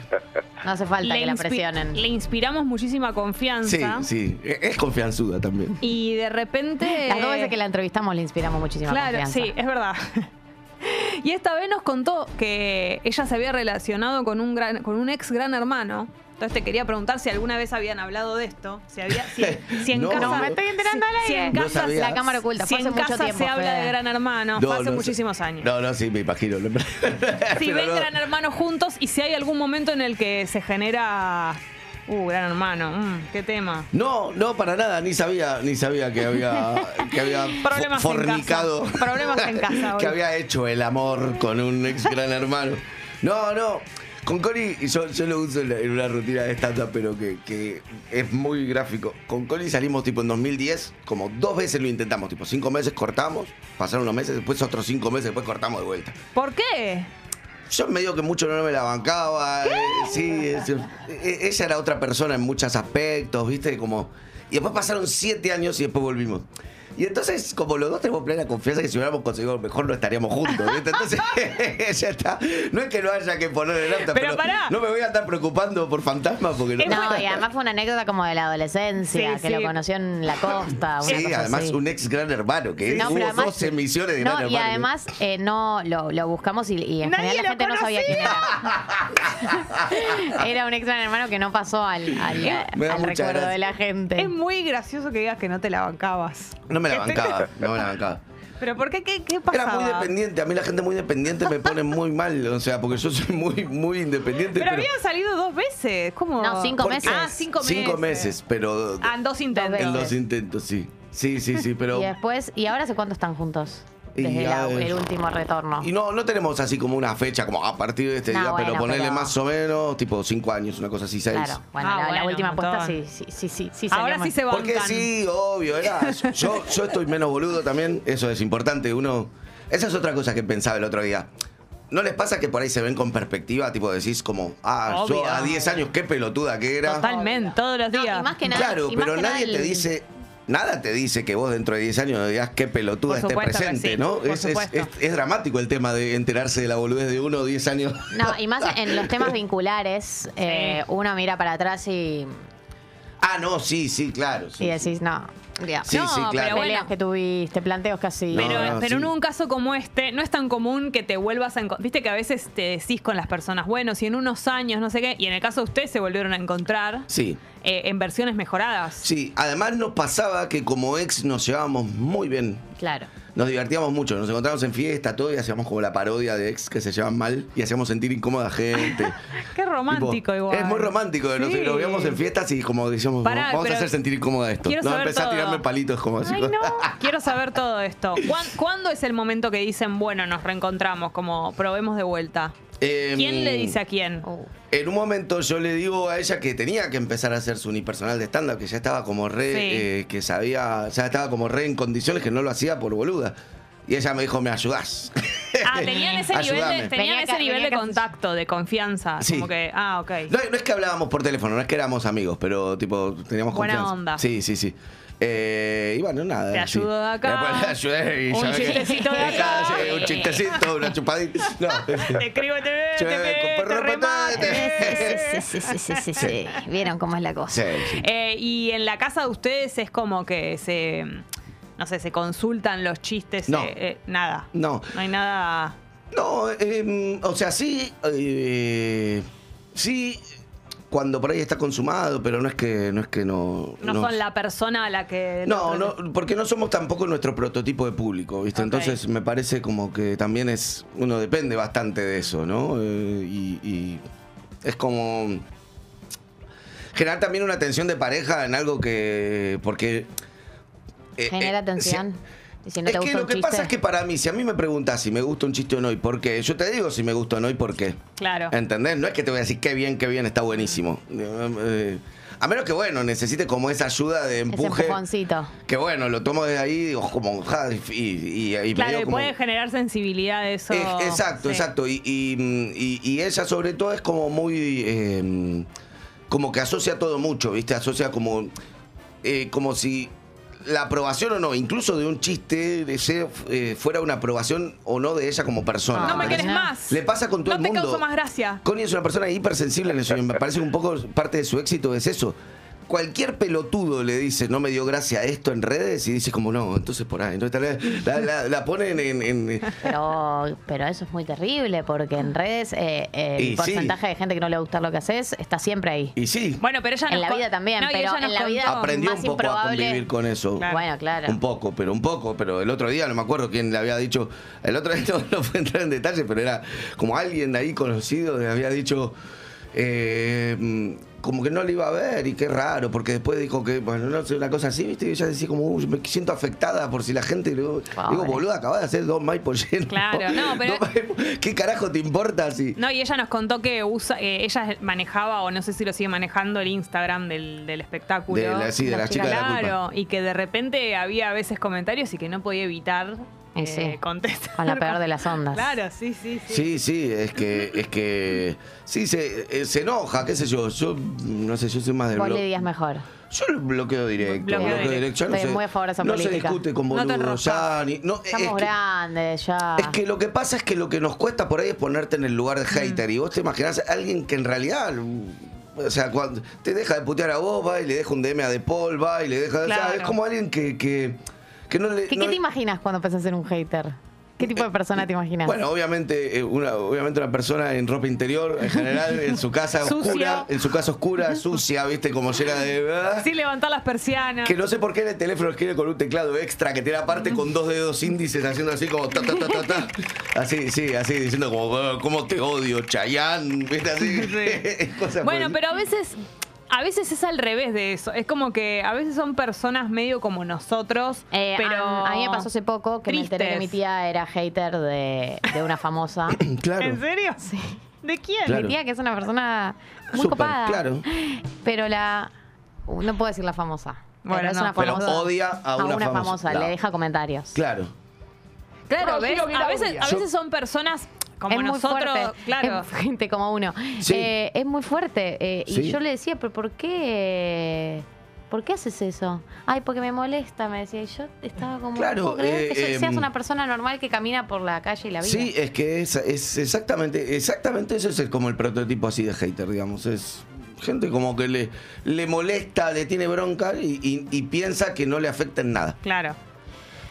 Speaker 2: No hace falta que la
Speaker 1: inspi-
Speaker 2: presionen.
Speaker 1: le inspiramos muchísima
Speaker 3: Sí,
Speaker 1: confianza.
Speaker 3: sí, E-, es confianzuda también.
Speaker 1: Y de repente.
Speaker 2: Las dos veces que la entrevistamos le inspiramos muchísima
Speaker 1: eh, Claro,
Speaker 2: confianza.
Speaker 1: sí, es verdad. Y esta vez nos contó que ella se había relacionado con un gran, con un ex gran hermano. Entonces te quería preguntar si alguna vez habían hablado de esto. Si había, si, si en
Speaker 3: No.
Speaker 1: casa.
Speaker 3: No, me
Speaker 2: estoy enterando
Speaker 1: si-
Speaker 2: al
Speaker 1: si
Speaker 2: aire.
Speaker 1: en
Speaker 3: No
Speaker 1: casa,
Speaker 3: sabía.
Speaker 2: La cámara oculta.
Speaker 1: si
Speaker 2: Fue hace
Speaker 1: en
Speaker 2: mucho
Speaker 1: casa
Speaker 2: tiempo.
Speaker 1: se habla
Speaker 2: Fede.
Speaker 1: de gran hermano,
Speaker 3: No,
Speaker 1: fue hace
Speaker 3: no sé.
Speaker 1: muchísimos años.
Speaker 3: No, no, sí, me imagino.
Speaker 1: Si
Speaker 3: Pero
Speaker 1: ven
Speaker 3: no.
Speaker 1: Gran Hermano juntos y si hay algún momento en el que se genera. Uh, Gran Hermano, mm, qué tema.
Speaker 3: No, no, para nada, ni sabía, ni sabía que había, que había fo-
Speaker 1: Problemas en
Speaker 3: fornicado.
Speaker 1: casa. Problemas en casa hoy.
Speaker 3: que había hecho el amor con un ex gran hermano. No, no. Con Cory, yo, yo lo uso en la- en una rutina de stand-up, pero que, que es muy gráfico. Con Cory salimos tipo en 2010, como dos veces lo intentamos, tipo cinco meses cortamos, pasaron unos meses, después otros cinco meses, después cortamos de vuelta.
Speaker 1: ¿Por qué?
Speaker 3: Yo medio que mucho no me la bancaba. eh, sí, es- eh, ella era otra persona en muchos aspectos, ¿viste? Como. Y después pasaron siete años y después volvimos. Y entonces, como los dos tenemos plena confianza que si hubiéramos conseguido lo mejor no estaríamos juntos, ¿viste? Entonces, ya está. No es que no haya que poner el acta,
Speaker 1: Pero
Speaker 3: pero,
Speaker 1: pará.
Speaker 3: no me voy a estar preocupando por fantasmas porque no.
Speaker 2: No, y además fue una anécdota como de la adolescencia,
Speaker 1: Sí,
Speaker 2: que
Speaker 1: sí.
Speaker 2: lo conoció en la costa. Una
Speaker 3: Sí,
Speaker 2: cosa
Speaker 3: además
Speaker 2: así.
Speaker 3: un ex gran hermano, que
Speaker 2: pues No,
Speaker 3: hubo
Speaker 2: pero además-
Speaker 3: 12 emisiones de
Speaker 2: No,
Speaker 3: gran hermano.
Speaker 2: y además eh, no lo, lo buscamos y, y en
Speaker 1: Nadie
Speaker 2: general
Speaker 1: lo
Speaker 2: la gente no sabía quién era. era un ex gran hermano que no pasó al, al,
Speaker 3: Me da
Speaker 2: al
Speaker 3: mucha
Speaker 2: recuerdo
Speaker 3: gracia.
Speaker 2: de la gente.
Speaker 1: Es muy gracioso que digas que no te la bancabas.
Speaker 3: No me la bancaba, no me la bancaba.
Speaker 1: ¿Pero por qué? ¿Qué, qué
Speaker 3: Era
Speaker 1: pasaba?
Speaker 3: muy dependiente, a mí la gente muy dependiente me pone muy mal, o sea, porque yo soy muy, muy independiente.
Speaker 1: Pero
Speaker 3: Pero,
Speaker 1: habían salido dos veces. ¿Cómo?
Speaker 2: No, cinco
Speaker 3: ¿Por
Speaker 2: meses.
Speaker 1: Ah, cinco meses.
Speaker 3: Cinco meses, pero
Speaker 1: Ah, en dos intentos.
Speaker 3: en
Speaker 2: Dos
Speaker 3: los intentos, sí. Sí, sí, sí, pero.
Speaker 2: Y después, ¿y ahora hace cuánto están juntos?
Speaker 3: Y
Speaker 2: Desde la-
Speaker 3: ya, eh,
Speaker 2: el último retorno.
Speaker 3: Y no, no tenemos así como una fecha, como a partir de este
Speaker 2: No,
Speaker 3: día, pero
Speaker 2: bueno,
Speaker 3: ponerle
Speaker 2: pero-
Speaker 3: más o menos, tipo cinco años, una cosa así, seis.
Speaker 2: Claro, bueno,
Speaker 1: Ah,
Speaker 2: la, la
Speaker 1: bueno,
Speaker 2: última
Speaker 1: un
Speaker 2: apuesta sí,
Speaker 1: montón.
Speaker 2: sí, sí, sí, sí.
Speaker 1: Ahora
Speaker 2: salió
Speaker 1: sí
Speaker 2: mal.
Speaker 1: se
Speaker 3: Porque
Speaker 1: bancan.
Speaker 3: sí, obvio, era. Yo, yo estoy menos boludo también, eso es importante. Uno. Esa es otra cosa que pensaba el otro día. ¿No les pasa que por ahí se ven con perspectiva? Tipo, decís como, ah, yo
Speaker 1: Obvio.
Speaker 3: a 10 años, qué pelotuda que era.
Speaker 1: Totalmente, todos los
Speaker 2: No,
Speaker 1: días.
Speaker 2: y más que nada,
Speaker 3: Claro,
Speaker 2: y más
Speaker 3: pero
Speaker 2: que
Speaker 3: nadie
Speaker 2: nada
Speaker 3: te
Speaker 2: el-
Speaker 3: dice, nada te dice que vos dentro de 10 años digas qué
Speaker 1: Por
Speaker 3: pelotuda esté
Speaker 1: supuesto que
Speaker 3: presente,
Speaker 1: sí,
Speaker 3: ¿no?
Speaker 1: por
Speaker 3: Es, es-
Speaker 1: supuesto.
Speaker 3: es- es dramático el tema de enterarse de la boludez de uno 10 años.
Speaker 2: No, y más en los temas vinculares, eh, uno mira para atrás y,
Speaker 3: Ah, no, sí, sí, claro. sí,
Speaker 2: y
Speaker 3: sí.
Speaker 2: decís, no, digamos,
Speaker 3: Sí,
Speaker 1: No,
Speaker 3: sí, claro.
Speaker 1: pero
Speaker 2: peleas
Speaker 1: bueno.
Speaker 2: que tuviste, planteos casi.
Speaker 3: No,
Speaker 1: Pero, pero
Speaker 3: no, Ah, sí.
Speaker 1: en un caso como este, no es tan común que te vuelvas a encontrar. Viste que a veces te decís con las personas, bueno, si en unos años, no sé qué, y en el caso de ustedes se volvieron a encontrar
Speaker 3: Sí.
Speaker 1: eh, en versiones mejoradas.
Speaker 3: Sí, además nos pasaba que como ex nos llevábamos muy bien.
Speaker 2: Claro.
Speaker 3: Nos divertíamos mucho, nos encontrábamos en fiesta, todo, y hacíamos como la parodia de ex que se llevan mal y hacíamos sentir incómoda a gente.
Speaker 1: Qué romántico
Speaker 3: Tipo,
Speaker 1: igual.
Speaker 3: Es muy romántico, nos,
Speaker 1: Sí.
Speaker 3: nos veíamos en fiestas y como decíamos,
Speaker 1: Pará,
Speaker 3: vamos a
Speaker 1: pero
Speaker 3: hacer sentir incómoda esto.
Speaker 1: quiero
Speaker 3: No,
Speaker 1: saber
Speaker 3: empezá a
Speaker 1: todo.
Speaker 3: tirarme palitos como así.
Speaker 2: Ay, no.
Speaker 1: Quiero saber todo esto. ¿Cuán- ¿Cuándo es el momento que dicen, bueno, nos reencontramos, como probemos de vuelta?
Speaker 3: Em,
Speaker 1: ¿Quién le dice a quién?
Speaker 2: Uh,
Speaker 3: En un momento yo le digo a ella que tenía que empezar a hacer su unipersonal de stand-up, que ya estaba como re,
Speaker 1: Sí.
Speaker 3: eh, que sabía, ya estaba como re en condiciones que no lo hacía por boluda. Y ella me dijo, me ayudás.
Speaker 1: Ah, tenían ese nivel de,
Speaker 3: Ayúdame.
Speaker 1: tenían
Speaker 2: Venía
Speaker 1: ese
Speaker 2: acá-
Speaker 1: nivel
Speaker 2: venía
Speaker 1: de
Speaker 2: acá-
Speaker 1: contacto, de confianza.
Speaker 3: Sí.
Speaker 1: Como que, ah, ok.
Speaker 3: No, no es que hablábamos por teléfono, no es que éramos amigos, pero tipo, teníamos
Speaker 1: Buena
Speaker 3: confianza.
Speaker 1: onda.
Speaker 3: Sí, sí, sí. Eh, y bueno, nada.
Speaker 1: Te
Speaker 3: sí.
Speaker 1: ayudo de acá.
Speaker 3: Después le ayudé y
Speaker 1: Un
Speaker 3: ya ve que-
Speaker 1: chistecito de acá.
Speaker 3: Sí, un chistecito, una chupadita. No.
Speaker 1: Te escribo, te veo, te
Speaker 3: Che,
Speaker 1: veo, te
Speaker 3: compa,
Speaker 1: remate.
Speaker 2: sí, sí, sí, sí, sí, sí, sí. Vieron cómo es la
Speaker 3: Sí,
Speaker 2: cosa.
Speaker 3: sí.
Speaker 1: Eh, y en la casa de ustedes es como que se, no sé, se consultan los chistes.
Speaker 3: No.
Speaker 1: eh, eh, nada.
Speaker 3: No.
Speaker 1: No hay nada.
Speaker 3: No, eh, o sea, sí. eh, sí, cuando por ahí está consumado, pero no es que no. Es que no,
Speaker 1: No,
Speaker 3: no-
Speaker 1: son la persona a la que.
Speaker 3: No, no, porque no somos tampoco nuestro prototipo de público, ¿viste?
Speaker 1: Ok.
Speaker 3: Entonces me parece como que también es. Uno depende bastante de eso, ¿no? Eh, y, y es como. Generar también una tensión de pareja en algo que. Porque. eh,
Speaker 2: Genera
Speaker 3: eh,
Speaker 2: tensión. Y si no
Speaker 3: es
Speaker 2: te
Speaker 3: que
Speaker 2: gusta
Speaker 3: lo
Speaker 2: un
Speaker 3: que
Speaker 2: chiste,
Speaker 3: pasa es que para mí, si a mí me preguntas si me gusta un chiste o no y por qué, yo te digo si me gusta o no y por qué.
Speaker 1: Claro.
Speaker 3: ¿Entendés? No es que te voy a decir qué bien, qué bien, está buenísimo. Eh, a menos que, bueno, necesite como esa ayuda de
Speaker 2: ese
Speaker 3: empuje.
Speaker 2: empujoncito.
Speaker 3: Que bueno, lo tomo de ahí, digo, como, ja, y, y, y me
Speaker 1: Claro,
Speaker 3: digo
Speaker 1: y
Speaker 3: como-
Speaker 1: puede generar sensibilidad eso.
Speaker 3: Eh, exacto,
Speaker 1: Sí.
Speaker 3: exacto. Y, y, mm, y- y ella sobre todo es como muy... eh, como que asocia todo mucho, ¿viste? Asocia como... eh, como si la aprobación o no, incluso de un chiste, de ser, eh, fuera una aprobación o no de ella como persona.
Speaker 1: No me
Speaker 3: ¿entendés?
Speaker 1: querés más.
Speaker 3: Le pasa con todo
Speaker 1: no
Speaker 3: el
Speaker 1: te
Speaker 3: mundo.
Speaker 1: causo más gracia.
Speaker 3: Connie es una persona hipersensible en eso y me parece que un poco parte de su éxito es eso. Cualquier pelotudo le dice, no me dio gracia esto en redes y dice como no, entonces por ahí. Entonces, tal vez la, la- la ponen en... en-
Speaker 2: Pero, pero eso es muy terrible porque en redes eh, el
Speaker 3: Y sí.
Speaker 2: porcentaje de gente que no le gusta lo que haces está siempre ahí.
Speaker 3: y sí,
Speaker 1: Bueno, pero ella
Speaker 2: En
Speaker 1: nos
Speaker 2: la
Speaker 1: con-
Speaker 2: vida también,
Speaker 1: No, y
Speaker 2: pero
Speaker 1: ella
Speaker 2: en
Speaker 1: nos
Speaker 2: la vida-
Speaker 1: contó-
Speaker 3: aprendió
Speaker 2: más
Speaker 3: un poco a
Speaker 2: improbable.
Speaker 3: convivir con eso.
Speaker 1: Claro.
Speaker 2: Bueno, claro.
Speaker 3: Un poco, pero un poco, pero el otro día, no me acuerdo quién le había dicho, el otro día no, no fue entrar en detalle, pero era como alguien de ahí conocido le había dicho, eh, mm, como que no le iba a ver y qué raro, porque después dijo que, bueno, no sé, una cosa así, ¿viste? Y ella decía como, uy, me siento afectada por si la gente, digo,
Speaker 2: Pobre.
Speaker 3: digo boludo, acabas de hacer dos maíz por lleno.
Speaker 1: Claro, no, pero-
Speaker 3: ¿Qué carajo te importa si...
Speaker 1: No, y ella nos contó que usa, eh, ella manejaba, o no sé si lo sigue manejando, el Instagram del, del espectáculo.
Speaker 3: De la, sí, de
Speaker 2: La
Speaker 3: la chica de la culpa.
Speaker 1: Claro, y que de repente había a veces comentarios y que no podía evitar
Speaker 2: Y
Speaker 1: eh,
Speaker 2: sí.
Speaker 1: contestar.
Speaker 2: Con la peor de las ondas.
Speaker 1: Claro, sí, sí, sí.
Speaker 3: Sí, sí, es que, es que, sí, se, eh, se enoja, qué sé yo, yo, no sé, yo soy más del
Speaker 2: Vos le
Speaker 3: blo-
Speaker 2: dirías mejor.
Speaker 3: Yo lo bloqueo directo,
Speaker 1: Bloqueo
Speaker 3: bloqueo
Speaker 1: directo.
Speaker 3: directo. Yo no
Speaker 2: Estoy
Speaker 3: sé-
Speaker 2: muy a favor de esa
Speaker 3: no se
Speaker 2: política.
Speaker 3: discute con
Speaker 1: No te
Speaker 3: boludos,
Speaker 1: enroscas.
Speaker 3: ya, ni- no, eh,
Speaker 2: Estamos
Speaker 3: es que-
Speaker 2: grandes ya.
Speaker 3: es que lo que pasa es que lo que nos cuesta por ahí es ponerte en el lugar
Speaker 1: Mm.
Speaker 3: de hater. Y vos te imaginás a alguien que en realidad. mm, O sea, cuando te deja de putear a vos, va y le deja un DM a De Paul, va y le deja. o sea,
Speaker 1: Claro.
Speaker 3: es como alguien que. que, que no le.
Speaker 2: ¿Qué,
Speaker 3: no
Speaker 2: qué te
Speaker 3: le-
Speaker 2: imaginas cuando pensás en un hater? ¿Qué tipo de persona te imaginas?
Speaker 3: Bueno, obviamente eh, una, obviamente una persona en ropa interior, en general, en su casa
Speaker 1: Sucio.
Speaker 3: oscura, en su casa oscura, sucia, viste, como llega de. ¿verdad?
Speaker 1: Sin levantar las persianas.
Speaker 3: Que no sé por qué en el teléfono escribe con un teclado extra que tiene aparte con dos dedos índices haciendo así como ta ta ta ta ta. Así, sí, así diciendo como "Ah, cómo te odio, Chayán, viste así.
Speaker 1: Sí.
Speaker 3: Cosas por
Speaker 1: bueno,
Speaker 3: el-
Speaker 1: pero a veces a veces es al revés de eso. Es como que a veces son personas medio como nosotros,
Speaker 2: Eh,
Speaker 1: pero...
Speaker 2: a, a mí me pasó hace poco que me enteré que mi
Speaker 1: tristes.
Speaker 2: tía era hater de, de una famosa.
Speaker 3: Claro.
Speaker 1: ¿En serio? Sí. ¿De quién?
Speaker 3: Claro.
Speaker 2: Mi tía que es una persona muy
Speaker 3: Súper,
Speaker 2: copada.
Speaker 3: claro.
Speaker 2: Pero la... uh, No puedo decir la famosa.
Speaker 1: Bueno,
Speaker 2: pero es
Speaker 1: no.
Speaker 2: una
Speaker 3: Pero
Speaker 2: famosa.
Speaker 3: odia a una famosa.
Speaker 2: Le
Speaker 3: Claro.
Speaker 2: deja comentarios.
Speaker 3: Claro.
Speaker 1: Claro,
Speaker 4: No,
Speaker 1: ¿ves?
Speaker 4: quiero que la
Speaker 1: A veces,
Speaker 4: odie.
Speaker 1: a
Speaker 3: Yo-
Speaker 1: veces son personas como
Speaker 2: es muy
Speaker 1: nosotros,
Speaker 2: fuerte.
Speaker 1: claro.
Speaker 2: Es gente como uno.
Speaker 3: Sí.
Speaker 2: Eh, es muy fuerte. eh,
Speaker 3: Sí.
Speaker 2: Y yo le decía, pero ¿por qué? ¿Por qué haces eso? Ay, porque me molesta, me decía. Y yo estaba como.
Speaker 3: Claro,
Speaker 2: "No puedo creer que
Speaker 3: eh,
Speaker 2: yo- seas
Speaker 3: em,
Speaker 2: una persona normal que camina por la calle y la vida.
Speaker 3: Sí, es que es, es exactamente, exactamente eso es el- como el prototipo así de hater, digamos. Es gente como que le, le molesta, le tiene bronca y, y- y piensa que no le afecta en nada.
Speaker 1: Claro.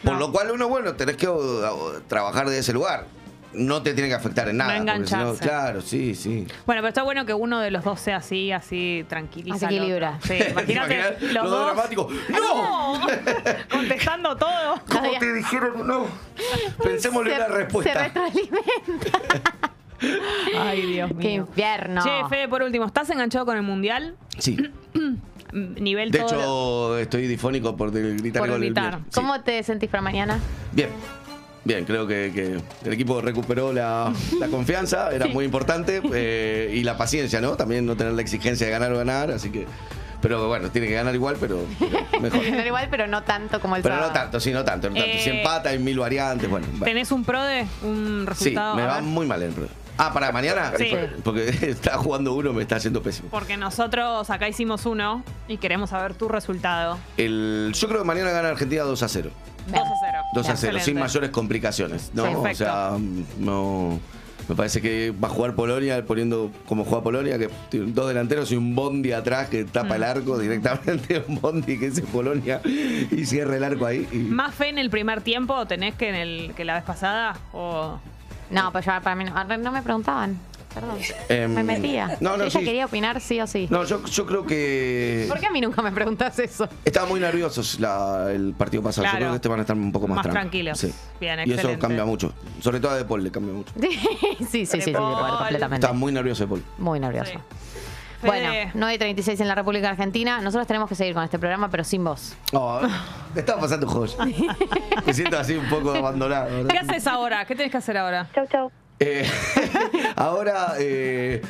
Speaker 3: Por
Speaker 1: No.
Speaker 3: lo cual uno, bueno, tenés que o, o, trabajar de ese lugar. No te tiene que afectar en
Speaker 1: No
Speaker 3: nada. porque si
Speaker 1: engancharse.
Speaker 3: claro, sí, sí.
Speaker 1: Bueno, pero está bueno que uno de los dos sea así, así tranquiliza.
Speaker 2: Así
Speaker 1: al
Speaker 2: equilibra.
Speaker 1: otro. Sí,
Speaker 3: Imaginar
Speaker 1: imagínate
Speaker 3: lo
Speaker 1: los dos.
Speaker 3: dramático. ¡No!
Speaker 1: ¡No! Contestando todo.
Speaker 3: ¿Cómo te dijeron no? Pensémosle la
Speaker 2: Se
Speaker 3: respuesta.
Speaker 2: retroalimenta.
Speaker 1: Ay, Dios
Speaker 2: ¡Qué infierno!
Speaker 1: Che, Fede, por último, ¿estás enganchado con el mundial?
Speaker 3: Sí.
Speaker 1: Mm, Nivel
Speaker 3: De
Speaker 1: todo lo-
Speaker 3: hecho, estoy difónico por del- gritar
Speaker 1: Por
Speaker 3: gol del
Speaker 1: gritar.
Speaker 3: Mier. Sí.
Speaker 2: ¿Cómo te sentís para mañana?
Speaker 3: Bien, bien, creo que, que el equipo recuperó la, la confianza, era muy importante, eh, y la paciencia, ¿no? También no tener la exigencia de ganar o ganar, así que. Pero bueno, tiene que ganar igual, pero, pero mejor.
Speaker 2: Pero igual, pero no tanto como el
Speaker 3: Pero
Speaker 2: sábado.
Speaker 3: no tanto, sí, no tanto, no tanto. Si
Speaker 1: Eh,
Speaker 3: empata, hay mil variantes, bueno. va.
Speaker 1: ¿Tenés un pro de un
Speaker 3: Sí,
Speaker 1: resultado?
Speaker 3: me
Speaker 1: A
Speaker 3: va
Speaker 1: ver.
Speaker 3: muy mal el pro. Ah, para mañana,
Speaker 1: Sí.
Speaker 3: porque está jugando uno, me está haciendo pésimo.
Speaker 1: Porque nosotros acá hicimos uno y queremos saber tu resultado.
Speaker 3: El, yo creo que mañana gana Argentina 2 a 0.
Speaker 1: 2 a 0.
Speaker 3: 2 a 0, sin
Speaker 1: Excelente.
Speaker 3: mayores complicaciones. No,
Speaker 1: Perfecto.
Speaker 3: o sea, no. Me parece que va a jugar Polonia poniendo como juega Polonia, que tiene dos delanteros y un bondi atrás que tapa
Speaker 1: Mm.
Speaker 3: el arco directamente, un bondi que dice Polonia y cierra el arco ahí. y-
Speaker 1: ¿Más fe en el primer tiempo tenés que en el que la vez pasada? O...
Speaker 2: No, pues yo, para mí no, Arre, no me preguntaban. Perdón.
Speaker 3: Em,
Speaker 2: me metía.
Speaker 3: no, no,
Speaker 2: yo ya
Speaker 3: sí.
Speaker 2: quería opinar sí o sí.
Speaker 3: No, yo, yo creo que
Speaker 2: ¿Por qué a mí nunca me preguntas eso?
Speaker 3: estaban muy nerviosos la- el partido pasado.
Speaker 1: Claro.
Speaker 3: Yo creo que este van a estar un poco más,
Speaker 1: Más
Speaker 3: tran-
Speaker 1: tranquilos.
Speaker 3: Sí.
Speaker 1: Bien,
Speaker 3: y eso
Speaker 1: excelente.
Speaker 3: cambia mucho. Sobre todo a De Paul le cambia mucho.
Speaker 2: Sí, sí, sí, sí, sí, de acuerdo, completamente.
Speaker 3: Estaba muy nervioso De Paul.
Speaker 2: Muy nervioso.
Speaker 1: Sí.
Speaker 2: Bueno,
Speaker 1: Fede,
Speaker 2: 9.36 en la República Argentina. Nosotros tenemos que seguir con este programa, pero sin vos.
Speaker 3: No, Oh, me estaba pasando joya. Me siento así un poco abandonado. ¿verdad?
Speaker 1: ¿Qué haces ahora? ¿Qué tenés que hacer ahora?
Speaker 4: Chau, chau.
Speaker 3: Eh, ahora, eh,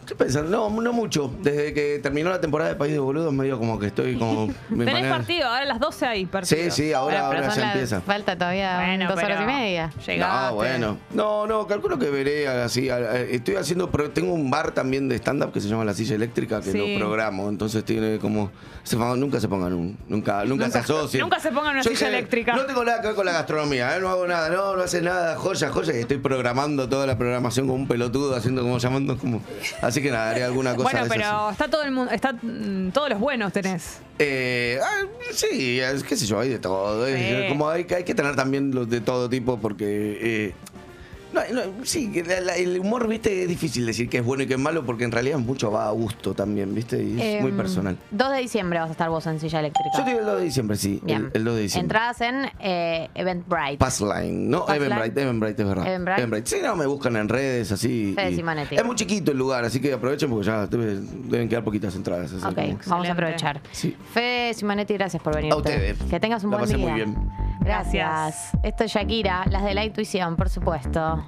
Speaker 3: estoy pensando, no, no mucho. Desde que terminó la temporada de País de Boludos, medio como que estoy como. mi
Speaker 1: Tenés
Speaker 3: manera-
Speaker 1: partido, ahora a las 12 hay partido.
Speaker 3: Sí, sí,
Speaker 2: Bueno,
Speaker 3: ahora,
Speaker 2: pero
Speaker 3: ahora
Speaker 2: son
Speaker 3: ya
Speaker 2: las-
Speaker 3: empieza.
Speaker 2: Falta todavía
Speaker 1: Bueno,
Speaker 2: dos horas y
Speaker 1: pero
Speaker 2: media.
Speaker 1: llegaste.
Speaker 3: No, bueno. No, no, calculo que veré así. a- a- Estoy haciendo. pro- Tengo un bar también de stand-up que se llama La Silla Eléctrica, que
Speaker 1: Sí.
Speaker 3: lo programo. Entonces tiene como. se fa- nunca se pongan un. Nunca, nunca, se asocien.
Speaker 1: nunca se pongan una
Speaker 3: Yo
Speaker 1: silla
Speaker 3: dije,
Speaker 1: eléctrica.
Speaker 3: No tengo nada que ver con la gastronomía, ¿eh? no hago nada, no, no hace nada. Joya, joya. Y estoy programando toda la programación como un pelotudo, haciendo como llamando como. Así que nada, haré alguna cosa.
Speaker 1: Bueno,
Speaker 3: de esas.
Speaker 1: pero está todo el mundo, está mm, todos los buenos tenés.
Speaker 3: Eh, ah, sí, es- qué sé yo, hay de todo. es-
Speaker 1: Sí.
Speaker 3: como hay, que- hay que tener también los de todo tipo porque... eh, no, no, sí, que la- la- el humor, viste, es difícil decir que es bueno y que es malo porque en realidad mucho va a gusto también, viste, y es muy
Speaker 2: Em,
Speaker 3: personal.
Speaker 2: 2 de diciembre vas a estar vos en silla eléctrica.
Speaker 3: Yo te digo el 2 de diciembre, sí,
Speaker 2: Bien.
Speaker 3: el, el 2 de diciembre.
Speaker 2: Entradas en eh, Eventbrite.
Speaker 3: Passline, no,
Speaker 2: Passline.
Speaker 3: Eventbrite, Eventbrite es verdad.
Speaker 2: Eventbrite.
Speaker 3: Sí, no, me buscan en redes, así.
Speaker 2: Fede
Speaker 3: y-
Speaker 2: Simonetti.
Speaker 3: Es muy chiquito el lugar, así que aprovechen porque ya debe- deben quedar poquitas entradas. así
Speaker 2: ok,
Speaker 3: como-
Speaker 2: vamos
Speaker 1: Excelente.
Speaker 2: a aprovechar.
Speaker 3: Sí.
Speaker 2: Fede Simonetti, gracias por venir.
Speaker 3: A ustedes.
Speaker 2: Que tengas un
Speaker 3: La
Speaker 2: buen
Speaker 3: pasé
Speaker 2: día.
Speaker 3: muy bien.
Speaker 2: Gracias. Esto es Shakira, las de la intuición, por supuesto.